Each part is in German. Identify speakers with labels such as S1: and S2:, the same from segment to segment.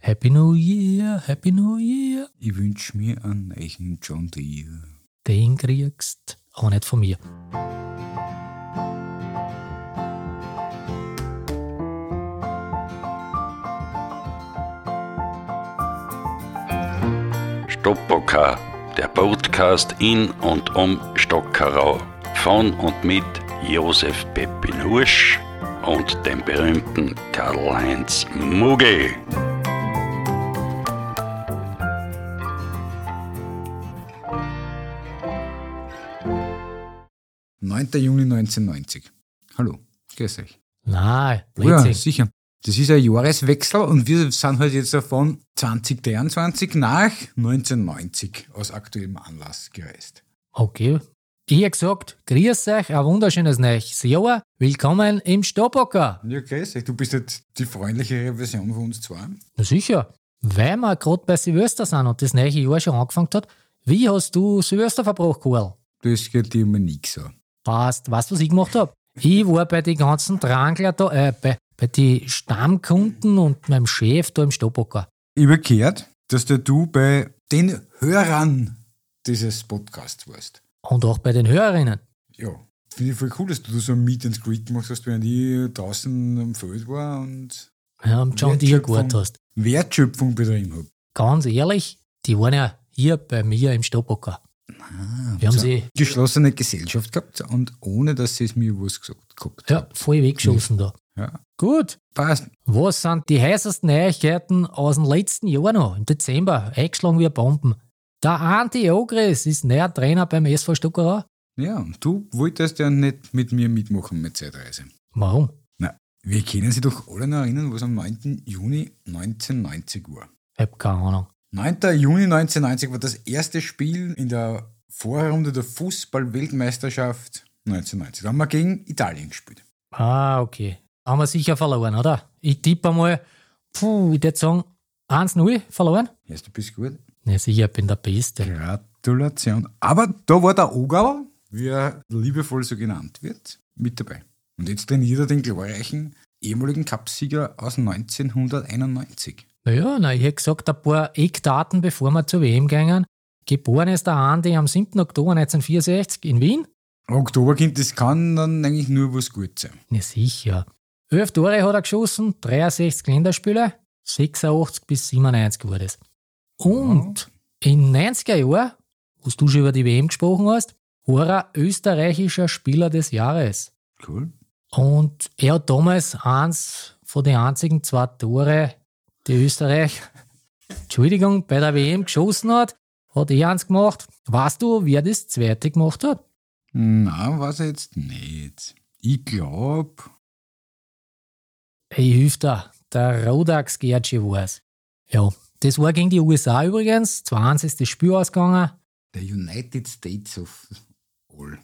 S1: Happy New Year, Happy New Year.
S2: Ich wünsche mir einen neuen John Deere.
S1: Den kriegst aber nicht von mir.
S3: Stoppoker, der Podcast in und um Stockerau. Von und mit Josef Peppin Hursch und dem berühmten Karl-Heinz Muggel.
S2: Juni 1990. Hallo, grüß euch.
S1: Nein,
S2: Ja,
S1: Blödsinn.
S2: sicher. Das ist ein Jahreswechsel und wir sind halt jetzt von 2023 nach 1990 aus aktuellem Anlass gereist.
S1: Okay. Ich habe gesagt, grüß euch, ein wunderschönes neues Jahr. Willkommen im Stoppocker.
S2: Ja, grüß euch. Du bist jetzt die freundlichere Version von uns zwei.
S1: Na sicher, weil wir gerade bei Silvester sind und das neue Jahr schon angefangen hat. Wie hast du Silvester verbracht, Karl?
S2: Das geht dir immer nix so.
S1: Passt. Weißt du, was ich gemacht habe? Ich war bei den ganzen Drangler da, äh, bei, bei den Stammkunden und meinem Chef da im Stoppocker.
S2: Ich habe gehört, dass der du bei den Hörern dieses Podcasts warst.
S1: Und auch bei den Hörerinnen.
S2: Ja, finde ich voll cool, dass du so ein Meet and Greet gemacht hast, während ich draußen am Feld war und
S1: Ja, am John Deere gehört hast.
S2: Wertschöpfung betrieben habe.
S1: Ganz ehrlich, die waren ja hier bei mir im
S2: Ah,
S1: Stoppocker. Wir haben sie
S2: geschlossene Gesellschaft gehabt und ohne, dass sie es mir was gesagt gehabt
S1: ja, voll weggeschossen da.
S2: Ja.
S1: Gut,
S2: Passt.
S1: was sind die heißesten Neuigkeiten aus dem letzten Jahr noch, im Dezember? Eingeschlagen wie Bomben. Der Anti Ogris ist neuer Trainer beim SV Stockerau.
S2: Ja, und du wolltest ja nicht mit mir mitmachen mit Zeitreise.
S1: Warum?
S2: Na, wir können sich doch alle noch erinnern, was am 9. Juni 1990 war.
S1: Ich hab keine Ahnung.
S2: 9. Juni 1990 war das erste Spiel in der Vorrunde der Fußball-Weltmeisterschaft 1990. Da haben wir gegen Italien gespielt.
S1: Ah, okay. Haben wir sicher verloren, oder? Ich tippe mal, puh, ich würde sagen, 1-0 verloren.
S2: Erst du bist gut.
S1: Ne, sicher, ich bin der Beste.
S2: Gratulation. Aber da war der Ogauer, wie er liebevoll so genannt wird, mit dabei. Und jetzt trainiert er den glorreichen ehemaligen Cupsieger aus 1991.
S1: Naja, na, ich hätte gesagt, ein paar Eckdaten, bevor wir zur WM gingen. Geboren ist der Andi am 7. Oktober 1964 in Wien.
S2: Oktoberkind, das kann dann eigentlich nur was Gutes sein.
S1: Ne, sicher. 11 Tore hat er geschossen, 63 Länderspiele, 86 bis 97 wurde es. Und in 90er Jahren, wo du schon über die WM gesprochen hast, war er österreichischer Spieler des Jahres.
S2: Cool.
S1: Und er hat damals eins von den einzigen zwei Tore, die Österreich, Entschuldigung, bei der WM geschossen hat, hat er eins gemacht. Weißt du, wer das zweite gemacht hat?
S2: Na, weiß ich jetzt nicht. Ich glaube,
S1: Ich hilf da, der Rodax Gertschi war es. Ja, das war gegen die USA übrigens, 20 ist das Spiel ausgegangen.
S2: der United States of All.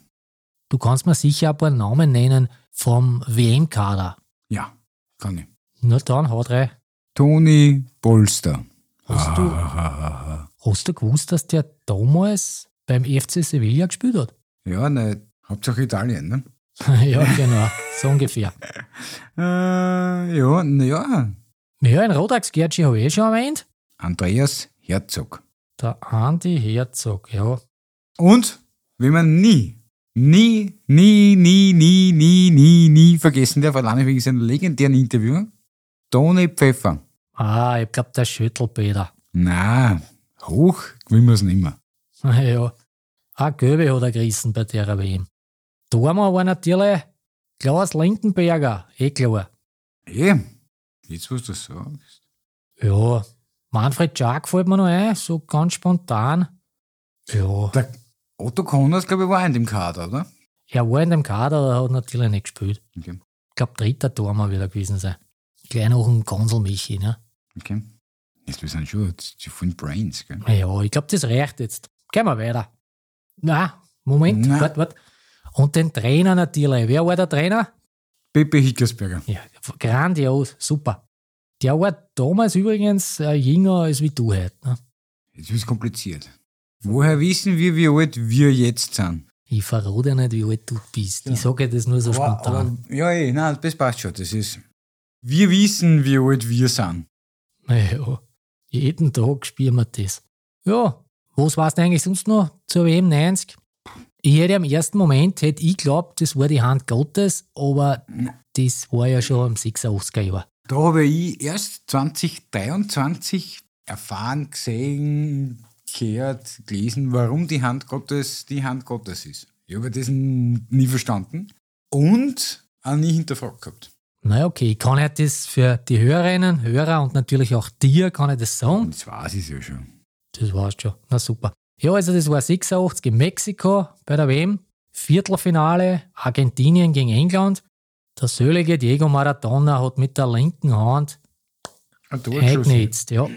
S1: Du kannst mir sicher ein paar Namen nennen vom WM-Kader.
S2: Ja, kann ich.
S1: Na dann, haut rein.
S2: Toni Bolster.
S1: Hast du,
S2: Ah.
S1: hast du gewusst, dass der damals beim FC Sevilla gespielt hat?
S2: Ja, ne, Hauptsache Italien, ne?
S1: ja, genau, so ungefähr.
S2: Äh, ja, naja.
S1: Ja, ein Rodax Gertschi habe ich eh schon erwähnt.
S2: Andreas Herzog.
S1: Der Andi Herzog, ja.
S2: Und wenn man nie, nie, nie, nie, nie, nie, nie, nie vergessen darf, alleine wegen seinem legendären Interview, Toni Pfeffer.
S1: Ah, ich glaube, der Schüttelpeter.
S2: Na, hoch gewinnen wir es nicht mehr.
S1: Ja. Auch Göbe hat er gerissen bei der WM. Dormer war natürlich Klaus Lindenberger, eh klar.
S2: Eh, jetzt was du sagst.
S1: Ja. Manfred Schack fällt mir noch ein, so ganz spontan. Ja.
S2: Der Otto Connors, glaube ich, war in dem Kader, oder?
S1: Er war in dem Kader, aber hat natürlich nicht gespielt.
S2: Okay.
S1: Ich glaube, dritter Dormer wird er gewesen sein. Gleich nach dem Konsel Michi, ne?
S2: Okay. Jetzt wir sind schon die vielen Brains, gell?
S1: Ja, ich glaube, das reicht jetzt. Gehen wir weiter. Na, Moment,
S2: Na.
S1: warte, warte. Und den Trainer natürlich. Wer war der Trainer?
S2: Pepe Hickersberger.
S1: Ja, grandios, super. Der war damals übrigens äh, jünger als wie du heute. Ne?
S2: Jetzt wird's kompliziert. Woher wissen wir, wie alt wir jetzt sind?
S1: Ich verrate ja nicht, wie alt du bist. Ich sage das nur so
S2: Aber,
S1: spontan.
S2: aber, ja, eh, nein, das passt schon. Das ist. Wir wissen, wie alt wir sind.
S1: Naja, Jeden Tag spüren wir das. Ja, was warst du eigentlich sonst noch zur WM 90? Ich hätte am ersten Moment, hätte ich glaubt, das war die Hand Gottes, aber das war ja schon im 86er Jahr.
S2: Da habe ich erst 2023 erfahren, gesehen, gehört, gelesen, warum die Hand Gottes die Hand Gottes ist. Ich habe das n- nie verstanden und auch nie hinterfragt gehabt.
S1: Na okay, ich kann halt das für die Hörerinnen, Hörer und natürlich auch dir, kann ich das sagen.
S2: Und das weiß ich ja schon.
S1: Das war's schon. Na super. Ja, also das war 86 in Mexiko bei der WM. Viertelfinale Argentinien gegen England. Der sölige Diego Maradona hat mit der linken Hand
S2: Ein Tor geschossen.
S1: eingenetzt. Ja.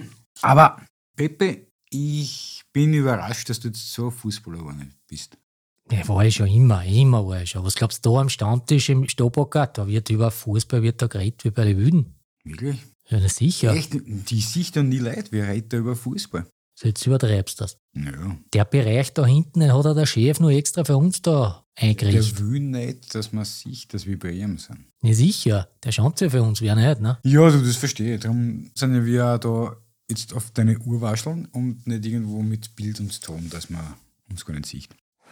S2: Aber Pepe, ich bin überrascht, dass du jetzt so ein Fußballer geworden bist.
S1: ja, war ich schon immer, immer war ich schon. Was glaubst du, da am Stammtisch im Stobocker, da wird über Fußball wird da geredet wie bei den Wüden.
S2: Wirklich?
S1: Ja, na sicher.
S2: Echt? Die sich dann nie leid. Wer redet da über Fußball?
S1: So, jetzt übertreibst du das.
S2: Naja.
S1: Der Bereich da hinten, den hat er der Chef nur extra für uns da
S2: Der
S1: eingerichtet.
S2: will nicht, dass man sieht, dass wir bei ihm sind.
S1: Ja, sicher. Der schaut sich für uns, wer nicht, ne?
S2: Ja, du, das verstehe ich. Darum sind wir auch da jetzt auf deine Uhr wascheln und nicht irgendwo mit Bild und Ton, dass man uns gar nicht sieht.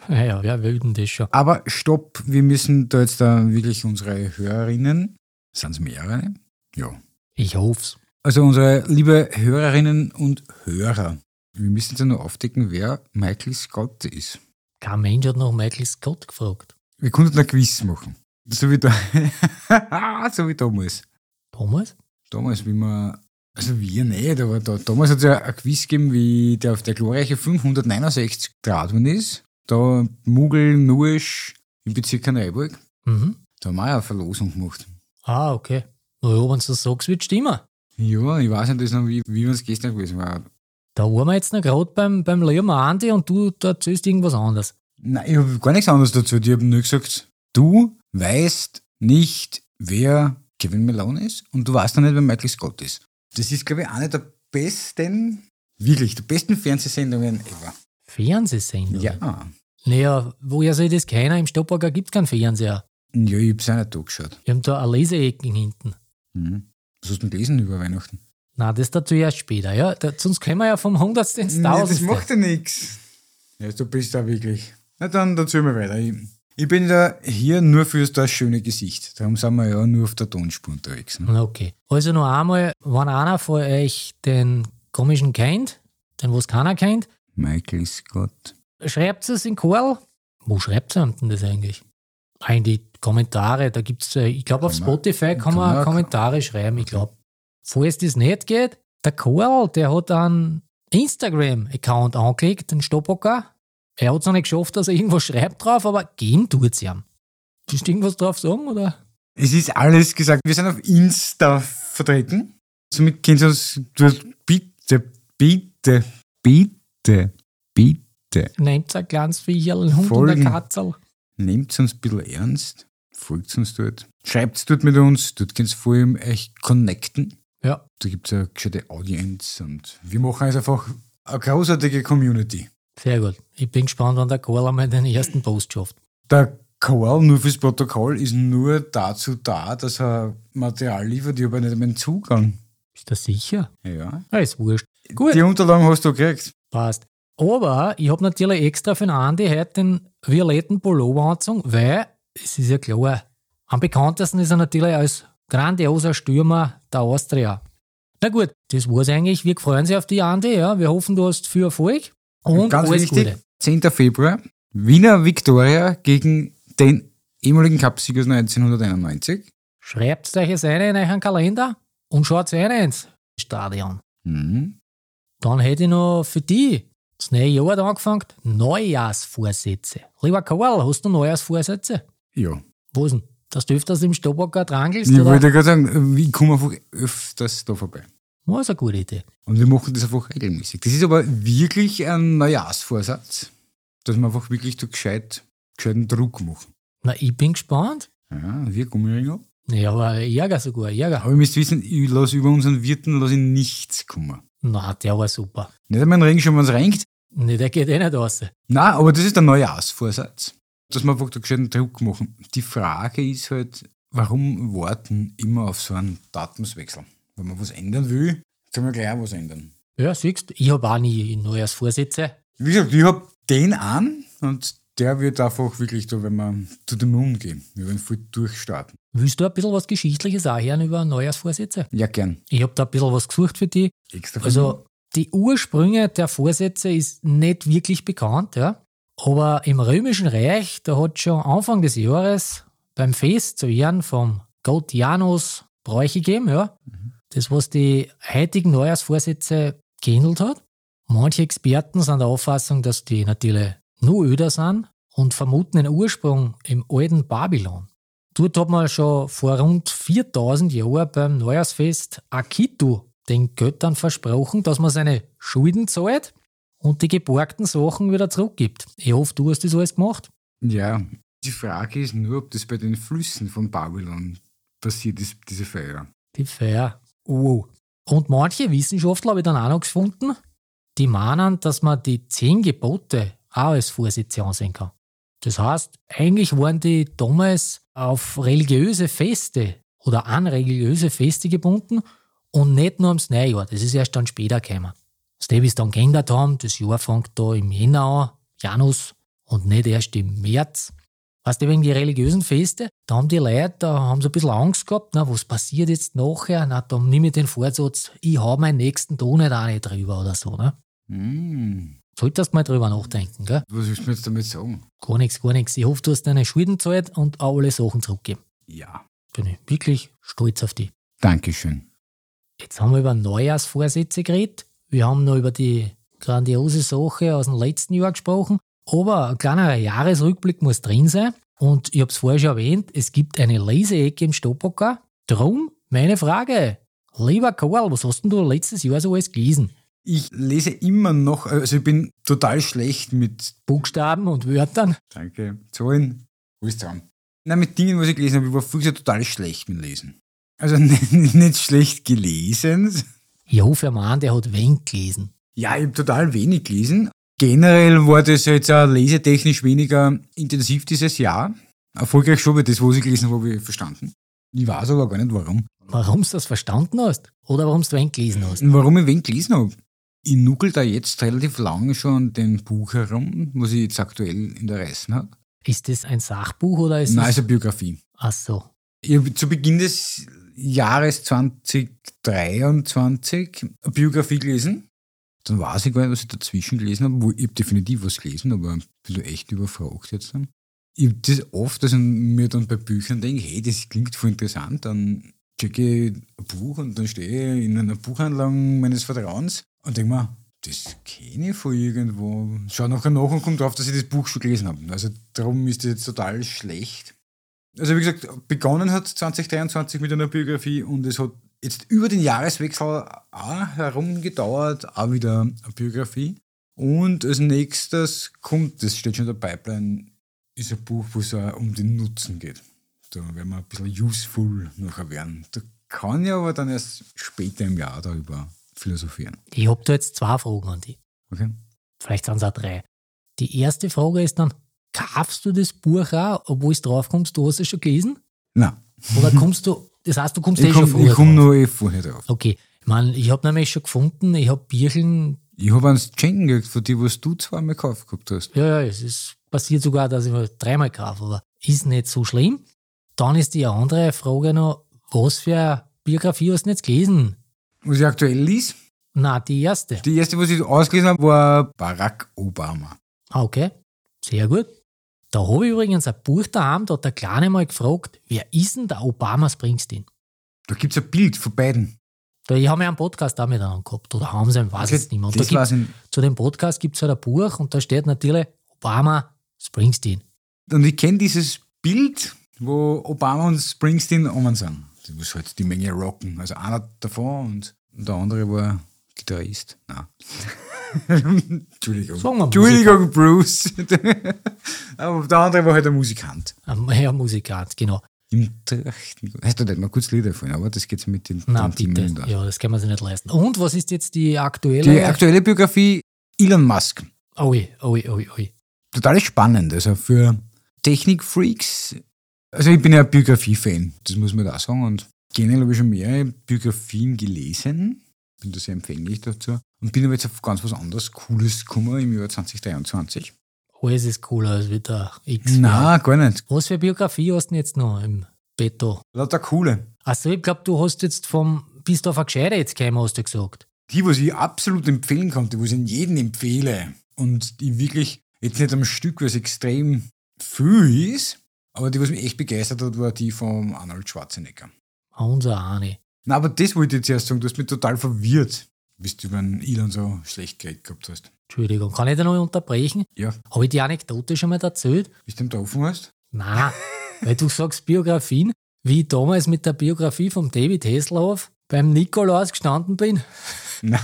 S1: Naja, wer will denn das schon?
S2: Aber stopp, wir müssen da jetzt da wirklich unsere Hörerinnen, sind es mehrere? Ja.
S1: Ich hoff's.
S2: ne? Also unsere liebe Hörerinnen und Hörer, wir müssen dann noch aufdecken, wer Michael Scott ist.
S1: Kein Mensch hat nach Michael Scott gefragt.
S2: Wir könnten ein Quiz machen. So wie, da, so wie damals.
S1: Thomas?
S2: damals, wie man, also wir nicht, aber da, damals hat es ja ein Quiz gegeben, wie der auf der glorreiche 569 Grad ist. Da Mugel, Nursch im Bezirk Kanreiburg.
S1: Mhm.
S2: Da haben wir auch eine Verlosung gemacht.
S1: Ah, okay. Naja, wenn du das sagst, wird stimmen.
S2: Ja, ich weiß nicht, das noch, wie, wie uns gestern gewesen war.
S1: Da waren wir jetzt noch gerade beim, beim Liam Andi und du da erzählst irgendwas anderes.
S2: Nein, ich habe gar nichts anderes dazu. Die haben nur gesagt, du weißt nicht, wer Kevin Malone ist und du weißt auch nicht, wer Michael Scott ist. Das ist, glaube ich, eine der besten, wirklich, der besten Fernsehsendungen ever.
S1: Fernsehsender?
S2: Ja.
S1: Naja, woher soll das keiner? Im Stoppacker gibt es keinen Fernseher.
S2: Ja, ich hab's auch nicht angeschaut.
S1: Wir haben da eine Leseecken hinten.
S2: Mhm. Was hast du denn gelesen über Weihnachten?
S1: Na, das dazu erst später, ja. Da, sonst können wir ja vom Hundertsten ins
S2: das
S1: Tausendste.
S2: macht ja nichts. Ja, du bist da wirklich. Na dann, erzähl mal weiter. Ich, ich bin da hier nur für das schöne Gesicht. Darum sind wir ja nur auf der Tonspur unterwegs. Ne?
S1: Na, Okay. Also noch einmal, wenn einer von euch den komischen kennt, den was keiner kennt,
S2: Michael Scott.
S1: schreibt es in Korl. Wo schreibt ihr denn das eigentlich? Ah, in die Kommentare, da gibt es, ich glaube auf
S2: Kann man-
S1: Spotify kann,
S2: kann
S1: man
S2: man-
S1: Kommentare schreiben, ich glaube. Falls das nicht geht, der Korl, der hat einen Instagram-Account angelegt, den Stopocker. Er hat es noch nicht geschafft, dass er irgendwas schreibt drauf, aber gehen tut's ihm. Willst du irgendwas drauf sagen, oder?
S2: Es ist alles gesagt. Wir sind auf Insta vertreten. Somit könnt ihr uns du- bitte, bitte, bitte, bitte.
S1: Nehmt ein kleines Viecherl, einen Hund
S2: Folgen.
S1: und eine Katzel.
S2: Nehmt uns ein bisschen ernst. Folgt uns dort. Schreibt dort mit uns. Dort könnt ihr vor allem euch connecten.
S1: Ja,
S2: Da gibt es eine gescheite Audience und wir machen jetzt einfach eine großartige Community.
S1: sehr gut. Ich bin gespannt, wann der Korl einmal den ersten Post schafft.
S2: Der Call, nur fürs Protokoll, ist nur dazu da, dass er Material liefert. Ich habe ja nicht meinen Zugang.
S1: Bist du sicher?
S2: Ja.
S1: Ja, ist wurscht. Gut.
S2: Die Unterlagen hast du gekriegt.
S1: Passt. Aber ich habe natürlich extra für den Andi heute den violetten Pullover angezogen, weil, es ist ja klar, am bekanntesten ist er natürlich als grandioser Stürmer der Austria. Na gut, das war's eigentlich. Wir freuen uns auf die Andi, ja. Wir hoffen, du hast viel Erfolg. Und alles Gute.
S2: 10. Februar, Wiener Victoria gegen den ehemaligen Cupsieger aus 1991.
S1: Schreibt euch es ein in euren Kalender und schaut rein ins Stadion.
S2: Mhm.
S1: Dann hätte ich noch für die das neue Jahr hat angefangen. Neujahrsvorsätze. Lieber Karl, hast du Neujahrsvorsätze?
S2: Ja.
S1: Wo ist denn? Dass du öfters im Stobocker drangelst?
S2: Ich
S1: oder?
S2: wollte gerade sagen, ich komme einfach öfters da vorbei.
S1: Ja, Oh, ist eine gute Idee.
S2: Und wir machen das einfach regelmäßig. Das ist aber wirklich ein Neujahrsvorsatz, dass wir einfach wirklich da gescheit, gescheiten Druck machen.
S1: Na, ich bin gespannt.
S2: Ja, wir Gummiringel.
S1: Ja, aber Ärger sogar, Ärger.
S2: Aber ihr müsst wissen, ich lasse über unseren Wirten lass ich nichts kommen.
S1: Na, der war super.
S2: Nicht einmal ein Ring schon, wenn es reingt.
S1: Ne, der geht eh nicht raus.
S2: Nein, aber das ist der Neujahrsvorsatz, dass wir einfach da gescheiten Druck machen. Die Frage ist halt, warum warten immer auf so einen Datumswechsel? Wenn man was ändern will, kann man gleich auch was ändern.
S1: Ja, siehst ich habe auch nie Neujahrsvorsätze.
S2: Wie gesagt, ich habe den an und der wird einfach wirklich da, wenn wir zu dem Moon gehen, wir werden voll durchstarten.
S1: Willst du ein bisschen was Geschichtliches auch hören über Neujahrsvorsätze?
S2: Ja, gern.
S1: Ich habe da ein bisschen was gesucht für die.
S2: Extra für
S1: Also die Ursprünge der Vorsätze ist nicht wirklich bekannt, ja. Aber im Römischen Reich, da hat schon Anfang des Jahres beim Fest zu Ehren vom Gott Janus Bräuche gegeben, ja. Das, was die heutigen Neujahrsvorsätze geähnelt hat. Manche Experten sind der Auffassung, dass die natürlich nur öder sind und vermuten den Ursprung im alten Babylon. Dort hat man schon vor rund 4000 Jahren beim Neujahrsfest Akitu den Göttern versprochen, dass man seine Schulden zahlt und die geborgten Sachen wieder zurückgibt. Ich hoffe, du hast das alles gemacht.
S2: Ja, die Frage ist nur, ob das bei den Flüssen von Babylon passiert ist, diese Feier.
S1: Die Feier. Oh. Und manche Wissenschaftler habe ich dann auch noch gefunden, die meinen, dass man die zehn Gebote auch als Vorsätze ansehen kann. Das heißt, eigentlich waren die damals auf religiöse Feste oder an religiöse Feste gebunden und nicht nur ums Neujahr. Das ist erst dann später gekommen. Das die es dann geändert haben, das Jahr fängt da im Jänner an, Janus, und nicht erst im März. Weißt du, wegen die religiösen Feste, da haben die Leute, da haben sie ein bisschen Angst gehabt, na, was passiert jetzt nachher? Na, dann nimm ich den Vorsatz, ich hau meinen nächsten Donut auch nicht drüber oder so, ne?
S2: Hm,
S1: Solltest mal drüber nachdenken, gell?
S2: was willst du mir jetzt damit sagen?
S1: Gar nichts, gar nichts. Ich hoffe, du hast deine Schulden zahlt und auch alle Sachen zurückgeben.
S2: Ja.
S1: Bin ich wirklich stolz auf dich.
S2: Dankeschön.
S1: Jetzt haben wir über Neujahrsvorsätze geredet. Wir haben noch über die grandiose Sache aus dem letzten Jahr gesprochen. Aber ein kleiner Jahresrückblick muss drin sein. Und ich habe es vorher schon erwähnt, es gibt eine Leseecke im Stoppocker. Drum meine Frage. Lieber Karl, was hast denn du letztes Jahr so alles gelesen?
S2: Ich lese immer noch, also ich bin total schlecht mit
S1: Buchstaben und Wörtern?
S2: Danke. Zahlen. Alles zusammen. Nein, mit Dingen, was ich gelesen habe, ich war früher total schlecht mit Lesen. Also nicht, nicht schlecht gelesen.
S1: Ich hoffe, ein Mann, der hat wenig gelesen.
S2: Ja, ich habe total wenig gelesen. Generell war das jetzt auch lesetechnisch weniger intensiv dieses Jahr. Erfolgreich schon, weil das, was ich gelesen habe, habe ich verstanden. Ich weiß aber gar nicht, warum.
S1: Warum du das verstanden hast oder warum du wenig gelesen hast.
S2: Und warum ich wen gelesen habe. Ich nuckel da jetzt relativ lange schon an dem Buch herum, was ich jetzt aktuell in der Reißen habe.
S1: Ist das ein Sachbuch oder ist
S2: Nein, ist
S1: es...
S2: eine Biografie.
S1: Ach so.
S2: Ich habe zu Beginn des Jahres 2023 eine Biografie gelesen. Dann weiß ich gar nicht, was ich dazwischen gelesen habe. Wo- Ich habe definitiv was gelesen, aber ich bin da echt überfragt jetzt. Dann. Ich habe das oft, dass ich mir dann bei Büchern denke, hey, das klingt voll interessant. Dann checke ich ein Buch und dann stehe ich in einer Buchhandlung meines Vertrauens und denke mir, das kenne ich von irgendwo. Schau nachher nach und komme drauf, dass ich das Buch schon gelesen habe. Also darum ist das jetzt total schlecht. Also wie gesagt, begonnen hat 2023 mit einer Biografie und es hat jetzt über den Jahreswechsel auch herumgedauert, auch wieder eine Biografie. Und als nächstes kommt, das steht schon in der Pipeline, ist ein Buch, wo es auch um den Nutzen geht. Da werden wir ein bisschen useful nachher werden. Da kann ich aber dann erst später im Jahr darüber philosophieren.
S1: Ich habe da jetzt zwei Fragen an dich.
S2: Okay?
S1: Vielleicht sind es auch drei. Die erste Frage ist dann, kaufst du das Buch auch, obwohl es draufkommst, du hast es schon gelesen?
S2: Na,
S1: Oder kommst du, das heißt, du kommst eh
S2: Mhm. ich
S1: schon
S2: komme
S1: vorher
S2: komm
S1: drauf?
S2: nur eh vorher drauf.
S1: Okay, ich meine, ich habe nämlich schon gefunden, ich habe Bierchen,
S2: Ich habe eins geschenken gekriegt von dir, was du zweimal gekauft gehabt hast.
S1: ja, ja, es ist passiert sogar, dass ich mal dreimal kaufe, aber ist nicht so schlimm. Dann ist die andere Frage noch, was für eine Biografie hast du denn jetzt gelesen?
S2: Was ich aktuell lese,
S1: Na, die erste.
S2: Die erste, was ich ausgelesen habe, war Barack Obama.
S1: Ah, okay. Sehr gut. Da habe ich übrigens ein Buch daheim, da hat der Kleine mal gefragt, wer ist denn der Obama Springsteen?
S2: Da gibt es ein Bild von beiden.
S1: Da, ich habe ja einen Podcast auch miteinander gehabt, oder haben sie einen, weiß ich jetzt nicht mehr. Und da
S2: das
S1: gibt's,
S2: war's in,
S1: zu dem Podcast gibt es halt ein Buch und da steht natürlich Obama Springsteen.
S2: und ich kenne dieses Bild, wo Obama und Springsteen oben sind. Das muss halt die Menge rocken. Also einer davon und der andere war Gitarrist. Nein. Entschuldigung.
S1: Sagen wir
S2: Entschuldigung, Bruce. Aber der andere war halt ein Musikant.
S1: Ein ja, Musikant, genau.
S2: Im Trachten. Hast du nicht mal kurz Lieder gefallen, aber das geht's mit den
S1: Nein,
S2: den
S1: bitte.
S2: Themen da.
S1: Ja, das kann man sich nicht leisten. Und was ist jetzt die aktuelle? Oh,
S2: Die aktuelle Biografie Elon Musk.
S1: oi, oi, oi, oi.
S2: total spannend. Also für Technikfreaks, also ich bin ja Biografie-Fan, das muss man da sagen. Und generell habe ich schon mehrere Biografien gelesen. bin da sehr empfänglich dazu. Und bin aber jetzt auf ganz was anderes Cooles gekommen im Jahr 2023.
S1: Alles Oh, ist cooler als wie der X.
S2: Na, gar nicht.
S1: Was für Biografie hast du denn jetzt noch im Betto?
S2: Lauter coole.
S1: Achso, ich glaube, du hast jetzt vom, bist auf eine Gescheite jetzt gekommen, hast du gesagt.
S2: Die, was ich absolut empfehlen konnte, was ich an jeden empfehle und die wirklich jetzt nicht am Stück, was extrem viel ist, aber die, was mich echt begeistert hat, war die von Arnold Schwarzenegger.
S1: Ah, Unser Ani.
S2: Na, aber das wollte ich jetzt erst sagen, du hast mich total verwirrt, bis du über den Elon so schlecht geredet gehabt hast.
S1: Entschuldigung, kann ich da noch unterbrechen?
S2: Ja,
S1: Habe ich die Anekdote schon mal erzählt?
S2: bis du ihn getroffen hast.
S1: Na, weil du sagst Biografien, wie ich damals mit der Biografie von David Hasselhoff beim Nikolaus gestanden bin.
S2: Nein.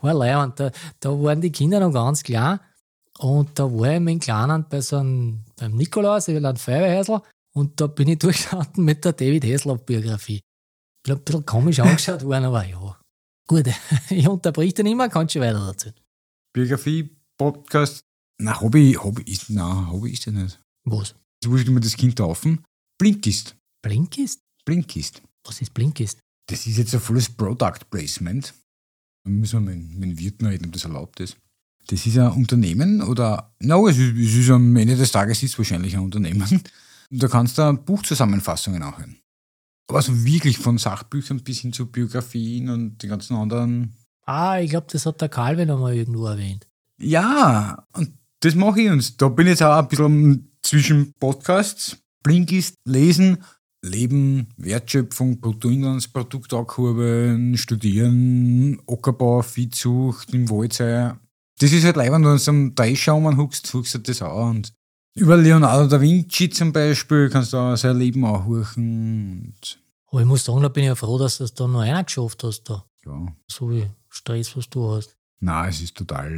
S1: War leibend. Da, da waren die Kinder noch ganz klar. Und da war ich mit dem Kleinen bei so einem, beim Nikolaus, ich will einen Feuerwehrhäusl. Und da bin ich durchgestanden mit der David Hasselhoff-Biografie. Ich bin ein bisschen komisch angeschaut worden, aber ja. Gut, ich unterbrich den immer, kannst schon weiter erzählen.
S2: Biografie, Podcast. Na, Hobby, Hobby ist, na, Hobby ist ja nicht.
S1: Was?
S2: Jetzt muss ich immer das Kind taufen. Blinkist.
S1: Blinkist?
S2: Blinkist.
S1: Was ist Blinkist?
S2: Das ist jetzt ein volles Product Placement. Da müssen wir mit, mit dem Wirten reden, ob das erlaubt ist. Das ist ein Unternehmen oder, no, es ist, es ist am Ende des Tages ist es wahrscheinlich ein Unternehmen. Da kannst du Buchzusammenfassungen anhören. Aber so wirklich von Sachbüchern bis hin zu Biografien und den ganzen anderen.
S1: Ah, ich glaube, das hat der Calvin einmal irgendwo erwähnt.
S2: Ja, und das mache ich und da bin ich jetzt auch ein bisschen zwischen Podcasts, Blinkist, Lesen, Leben, Wertschöpfung, Bruttoinlandsprodukt ankurbeln, Studieren, Ackerbau, Viehzucht, im Wald sein. Das ist halt leibend, wenn du am Deichschaumann huckst, huckst du das auch. Und über Leonardo da Vinci zum Beispiel kannst du auch sein Leben anhören. Und
S1: Aber ich muss sagen, da bin ich ja froh, dass du es da noch einer geschafft hast, da.
S2: ja,
S1: so wie Stress, was du hast.
S2: na, es ist total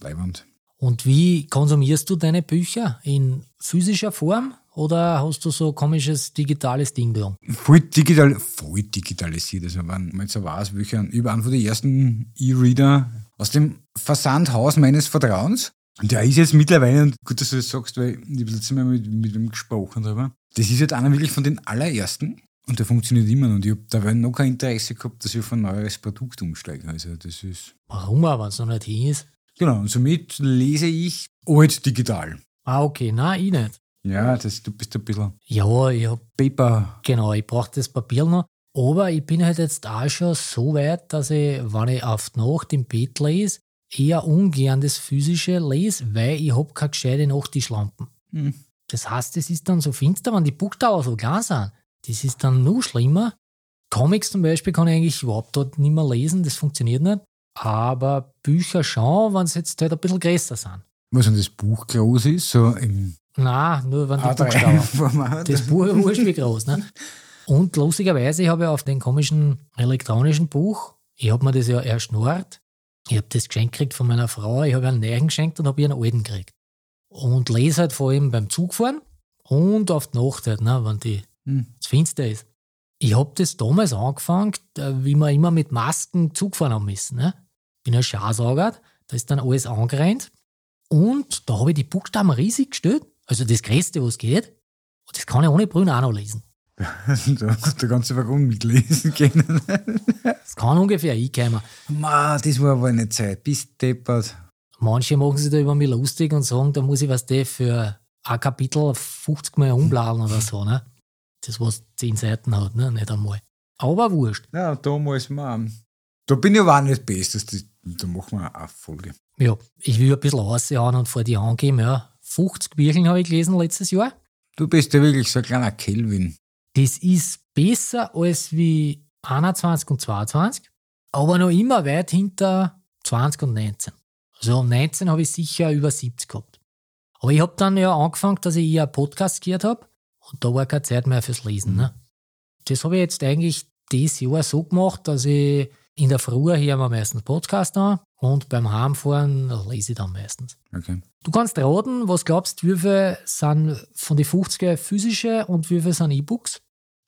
S2: leibend.
S1: Und wie konsumierst du deine Bücher? In physischer Form oder hast du so ein komisches digitales Ding dran?
S2: voll, digital, voll digitalisiert. Also wenn man jetzt so weiß, welcher über einen von den ersten E-Reader aus dem Versandhaus meines Vertrauens. Und der ist jetzt mittlerweile, und gut, dass du das sagst, weil ich habe letztes Mal mit, mit ihm gesprochen drüber. Das ist jetzt einer wirklich von den allerersten und der funktioniert immer noch. Und ich habe dabei noch kein Interesse gehabt, dass ich auf ein neues Produkt umsteige. Also das ist.
S1: Warum aber, wenn es noch nicht hin ist?
S2: Genau, und somit lese ich alt digital.
S1: Ah, okay, nein, ich nicht.
S2: Ja, das, du bist ein bisschen
S1: Ja, ich hab,
S2: Paper.
S1: genau, ich brauche das Papier noch. Aber ich bin halt jetzt auch schon so weit, dass ich, wenn ich auf die Nacht im Bett lese, eher ungern das physische lese, weil ich hab keine gescheite Nachttischlampen.
S2: Hm.
S1: Das heißt, es ist dann so finster, wenn die Buchstaben so klein sind. Das ist dann noch schlimmer. Comics zum Beispiel kann ich eigentlich überhaupt dort nicht mehr lesen, das funktioniert nicht. Aber Bücher schon, wenn sie jetzt halt ein bisschen größer sind.
S2: Was denn das Buch groß ist, so im
S1: Na, nur wenn die
S2: Ah,
S1: Buchstaben.
S2: A3-Format.
S1: Das Buch ist wurscht wie groß. Ne? Und lustigerweise, ich habe ja auf den komischen elektronischen Buch, ich habe mir das ja erschnurrt. Ich habe das geschenkt gekriegt von meiner Frau, ich habe einen neuen geschenkt und habe ihr einen alten gekriegt. Und lese halt vor allem beim Zugfahren und auf die Nacht halt, ne, wenn die
S2: Hm.
S1: das Finster ist. Ich habe das damals angefangen, äh, wie wir immer mit Masken Zug fahren haben müssen. Ne? Bin ja Scharsaugert, da ist dann alles angerannt. Und da habe ich die Buchstaben riesig gestellt, also das Größte, was geht. Und Oh, das kann ich ohne Brille auch noch lesen.
S2: da, da kannst du einfach mitlesen können.
S1: Das kann ungefähr einkommen.
S2: Ma, das war aber eine Zeit. Bist deppert.
S1: Manche machen sich da über mich lustig und sagen, da muss ich was der für ein Kapitel 50 Mal umbladen oder so. Ne? Das, was 10 Seiten hat, ne? nicht einmal. Aber wurscht.
S2: Ja, damals Mom. Da bin ich aber auch nicht bestes. Das, da machen wir eine Folge.
S1: Ja, ich will ein bisschen raushauen und vor die angeben. Ja. 50 Birchen habe ich gelesen letztes Jahr.
S2: Du bist ja wirklich so ein kleiner Kelvin.
S1: Das ist besser als wie 21 und 22, aber noch immer weit hinter 20 und 19. Also um 19 habe ich sicher über 70 gehabt. Aber ich habe dann ja angefangen, dass ich eher Podcast gehört habe und da war keine Zeit mehr fürs Lesen. Ne? Das habe ich jetzt eigentlich dieses Jahr so gemacht, dass ich in der Früh hier mir meistens Podcast an und beim Heimfahren lese ich dann meistens.
S2: Okay.
S1: Du kannst raten, was glaubst du, wie viel sind von den 50er physische und wie viel sind E-Books?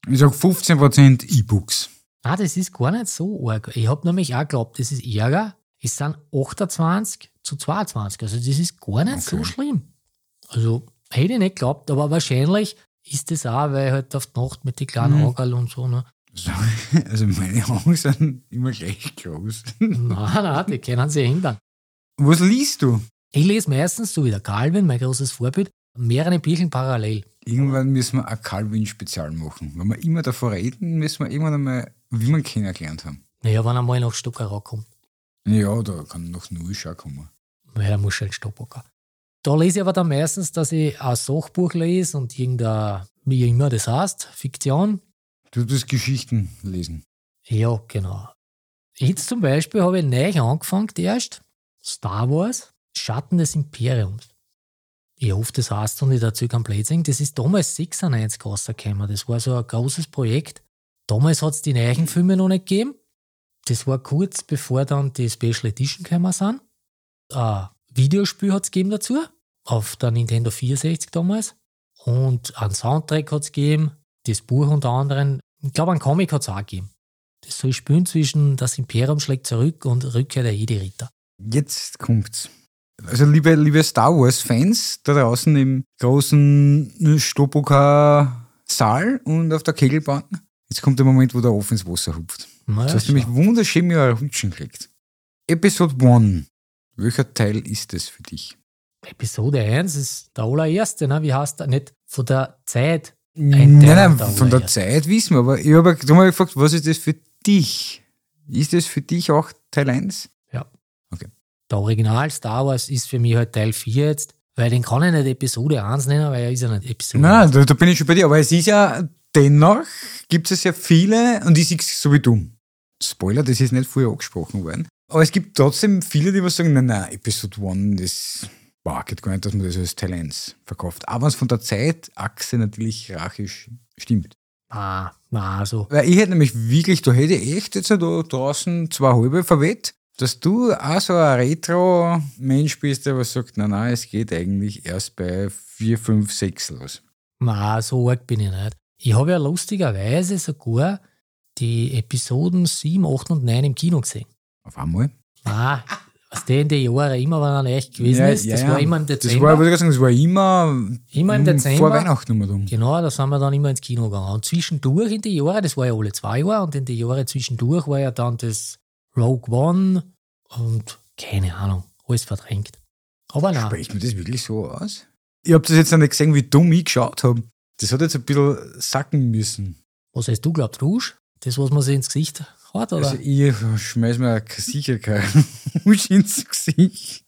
S2: Ich sag 15% E-Books.
S1: Ah, das ist gar nicht so arg. Ich habe nämlich auch geglaubt, das ist ärger. Es sind 28 zu 22. Also das ist gar nicht so
S2: Okay.
S1: schlimm. Also hätte ich nicht geglaubt, aber wahrscheinlich ist das auch, weil halt auf die Nacht mit den kleinen
S2: Mhm.
S1: Augerl und so. Ne?
S2: So, Also meine Augen sind immer gleich groß.
S1: Nein, nein, die können sie ändern.
S2: Was liest du?
S1: Ich lese meistens, so wie der Calvin, mein großes Vorbild, mehrere Bücher parallel.
S2: Irgendwann müssen wir ein Calvin-Spezial machen. Wenn wir immer davor reden, müssen wir irgendwann einmal, wie wir ihn kennengelernt haben.
S1: Naja, wenn er mal nach Stuckerau kommt,
S2: Ja, da kann noch nur schon kommen.
S1: weil er muss schon in Stoppocker. Da lese ich aber dann meistens, dass ich ein Sachbuch lese und irgendein, wie immer das heißt, Fiktion.
S2: Du tust Geschichten lesen.
S1: Ja, genau. Jetzt zum Beispiel habe ich neu angefangen erst. Star Wars, Schatten des Imperiums. Ich hoffe, das heißt und ich dazu kann Blödsinn. Das ist damals 96 rausgekommen. Das war so ein großes Projekt. Damals hat es die neuen Filme noch nicht gegeben. Das war kurz bevor dann die Special Edition gekommen sind. Ein Videospiel hat es gegeben dazu, auf der Nintendo 64 damals. Und einen Soundtrack hat es gegeben, das Buch unter anderem. Ich glaube, einen Comic hat es auch gegeben. Das soll spielen zwischen Das Imperium schlägt zurück und Rückkehr der Jedi-Ritter.
S2: Jetzt kommt's. Also liebe, liebe Star Wars-Fans da draußen im großen Stopoker Saal und auf der Kegelbahn. Jetzt kommt der Moment, wo der Ofen ins Wasser hupft.
S1: Naja,
S2: Du hast nämlich wunderschön mit euren Rutschen gekriegt. Episode 1. Welcher Teil ist es für dich?
S1: Episode 1 ist der allererste, ne? wie heißt der? Nicht von der Zeit.
S2: Nein,
S1: Teil
S2: nein,
S1: der
S2: von der
S1: Uhr, ja.
S2: Zeit wissen wir, aber ich habe darum hab ich gefragt, was ist das für dich? Ist das für dich auch Teil 1?
S1: Der Original Star Wars ist für mich halt Teil 4 jetzt, weil den kann ich nicht Episode 1 nennen, weil er ist ja nicht Episode
S2: Nein,
S1: 1.
S2: da, da bin ich schon bei dir, aber es ist ja, dennoch gibt es ja viele, und ich sehe es so wie du. Spoiler, das ist nicht früher angesprochen worden. Aber es gibt trotzdem viele, die was sagen, nein, nein, Episode 1, das boah, geht gar nicht, dass man das als Teil 1 verkauft. Aber wenn es von der Zeitachse natürlich rachisch stimmt.
S1: Nein, nein, also.
S2: Weil ich hätte nämlich wirklich, da hätte ich echt jetzt da draußen zwei halbe verwett, dass du auch so ein Retro-Mensch bist, der was sagt, nein, nein, es geht eigentlich erst bei 4, 5, 6 los.
S1: Nein, so arg bin ich nicht. Ich habe ja lustigerweise sogar die Episoden 7, 8 und 9 im Kino gesehen.
S2: Auf einmal.
S1: Nein, was der in den Jahren immer, wenn er echt gewesen
S2: Ja,
S1: ist,
S2: ja,
S1: das
S2: ja.
S1: war immer im
S2: Das war,
S1: Dezember.
S2: würde ich sagen, das war immer,
S1: Immer im
S2: mm,
S1: Dezember.
S2: vor Weihnachten immer dumm.
S1: Genau, da sind wir dann immer ins Kino gegangen. Und zwischendurch in die Jahre, das war ja alle zwei Jahre, und in die Jahre zwischendurch war ja dann das Rogue One und keine Ahnung, alles verdrängt. Aber nein,
S2: Spricht mir das wirklich so aus? Ich habe das jetzt noch nicht gesehen, wie dumm ich geschaut habe. Das hat jetzt ein bisschen sacken müssen.
S1: was hast du glaubt, Rouge? Das, was man sich ins Gesicht hat, oder?
S2: Also ich schmeiß mir ke- sicher keinen Husch ins Gesicht.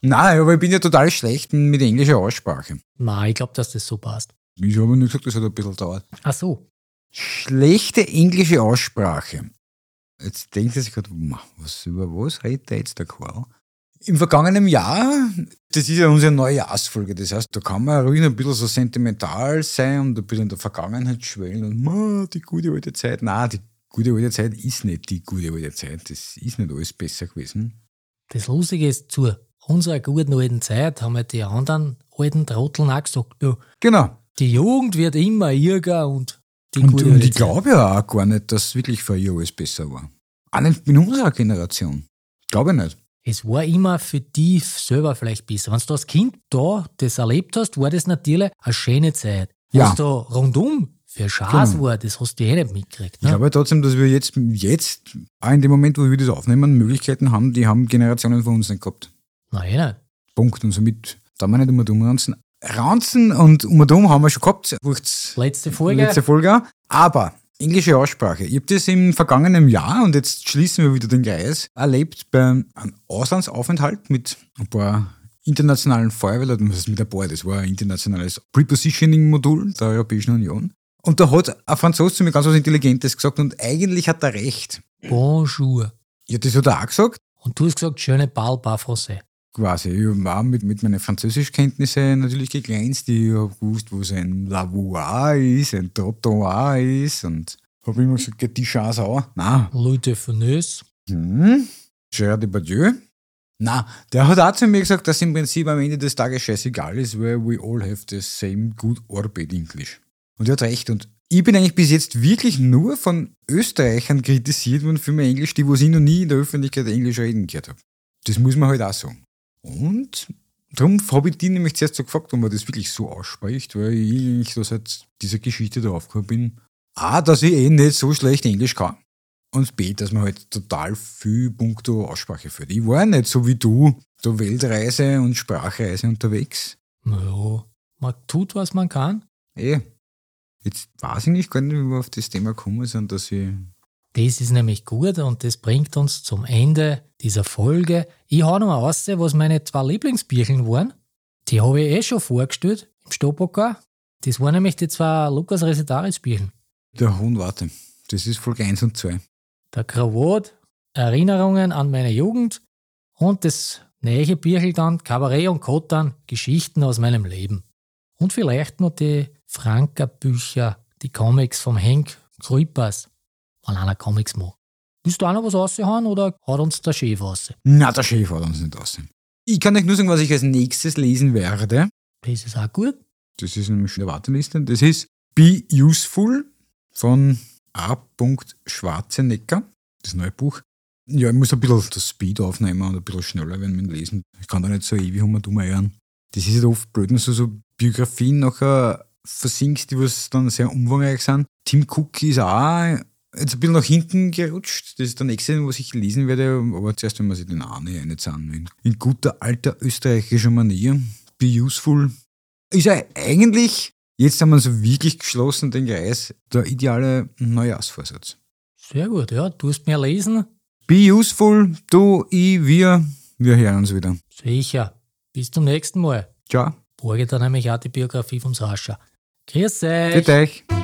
S2: Nein, aber ich bin ja total schlecht mit englischer Aussprache.
S1: nein, ich glaube, dass das so passt.
S2: Ich habe nur gesagt, das hat ein bisschen dauert.
S1: Ach so,
S2: Schlechte englische Aussprache. Jetzt denkt ihr sich gerade, ma, was, über was redet der jetzt der Karl? Im vergangenen Jahr, das ist ja unsere neue Jahresfolge, das heißt, da kann man ruhig ein bisschen so sentimental sein und ein bisschen in der Vergangenheit schwellen und ma, die gute alte Zeit. Nein, die gute alte Zeit ist nicht die gute alte Zeit, das ist nicht alles besser gewesen.
S1: das Lustige ist, zu unserer guten alten Zeit haben halt die anderen alten Trotteln auch gesagt, ja,
S2: Genau.
S1: die Jugend wird immer irger und die
S2: Und,
S1: gute
S2: und
S1: alte
S2: ich
S1: Zeit.
S2: glaube ja auch gar nicht, dass wirklich vor ihr alles besser war. Auch nicht in unserer Generation. Glaube ich nicht.
S1: Es war immer für die selber vielleicht besser. Wenn du als Kind da das erlebt hast, war das natürlich eine schöne Zeit.
S2: Ja.
S1: Was da rundum für Schaß
S2: Genau.
S1: war, das hast du eh nicht mitgekriegt.
S2: Ich
S1: Ne?
S2: glaube halt trotzdem, dass wir jetzt, jetzt, auch in dem Moment, wo wir das aufnehmen, Möglichkeiten haben, die haben Generationen von uns nicht gehabt.
S1: Nein, nein.
S2: Punkt. Und somit da wir nicht immer dumm ranzen. Ranzen und um und um haben wir schon gehabt, kurz
S1: Letzte Folge.
S2: letzte Folge. auch. Aber englische Aussprache. Ich habe das im vergangenen Jahr, und jetzt schließen wir wieder den Kreis, erlebt beim einem Auslandsaufenthalt mit ein paar internationalen Feuerwehrleuten, was heißt mit ein paar, das war ein internationales Prepositioning-Modul der Europäischen Union. Und da hat ein Franzose zu mir ganz was Intelligentes gesagt und eigentlich hat er recht.
S1: Bonjour.
S2: Ja, das hat er auch gesagt,
S1: Und du hast gesagt, schöne Ball, pas français.
S2: quasi. Ich war mit, mit meinen Französischkenntnissen natürlich geglänzt. Ich habe gewusst, was ein Lavoir ist, ein Trottoir ist und habe immer gesagt, geht die Chance auch. Nein.
S1: Leute von Nös.
S2: Hm. Gerard Depardieu? Na, der hat auch zu mir gesagt, dass im Prinzip am Ende des Tages scheißegal ist, weil we all have the same good or bad English. Und er hat recht. Und ich bin eigentlich bis jetzt wirklich nur von Österreichern kritisiert worden für mein Englisch, die wo ich noch nie in der Öffentlichkeit Englisch reden gehört habe. Das muss man halt auch sagen. Und darum habe ich die nämlich zuerst so gefragt, ob man das wirklich so ausspricht, weil ich eigentlich da seit dieser Geschichte da aufgekommen bin. A, dass ich eh nicht so schlecht Englisch kann. Und B, dass man halt total viel punkto Aussprache führt. Ich war nicht so wie du, der Weltreise und Sprachreise unterwegs.
S1: Naja, man tut, was man kann.
S2: Eh. Jetzt weiß ich nicht gar nicht, wie wir auf das Thema gekommen sind, dass ich.
S1: Das ist nämlich gut und das bringt uns zum Ende dieser Folge. Ich habe noch raus, was meine zwei Lieblingsbierchen waren. Die habe ich eh schon vorgestellt im Stopocker. Das waren nämlich die zwei Lukas Resetaris Bierchen.
S2: Der Hund, warte. Das ist Folge 1 und 2.
S1: Der Krawot, Erinnerungen an meine Jugend und das nähe Bierchen dann Kabarett und Kottern, Geschichten aus meinem Leben. Und vielleicht noch die Franker Bücher, die Comics vom Henk Krüpers, wenn einer Comics mag. Willst du auch noch was raushauen oder hat uns der Chef raus?
S2: Na, der Chef hat uns nicht aus. Ich kann euch nur sagen, was ich als nächstes lesen werde.
S1: Das ist auch gut.
S2: Das ist nämlich schon der Warteliste. Das ist Be Useful von A. Schwarzenegger, das neue Buch. Ja, ich muss ein bisschen das Speed aufnehmen und ein bisschen schneller werden mit dem Lesen. Ich kann da nicht so ewig um und um hören. Das ist halt oft blöd, wenn du so, so Biografien nachher versinkst, die was dann sehr umfangreich sind. Tim Cook ist auch jetzt ein bisschen nach hinten gerutscht. Das ist der nächste, was ich lesen werde. Aber zuerst, wenn man sich den Arne reinzahlen In guter alter österreichischer Manier. Be useful. Ist ja eigentlich, jetzt haben wir so wirklich geschlossen den Kreis, der ideale Neujahrsvorsatz.
S1: Sehr gut, ja. Du hast mehr lesen.
S2: Be useful, du, ich, wir. Wir hören uns wieder.
S1: Sicher. Bis zum nächsten Mal.
S2: Ciao.
S1: Borge dann nämlich auch die Biografie vom Sascha. Grüß
S2: Für
S1: euch.
S2: dich.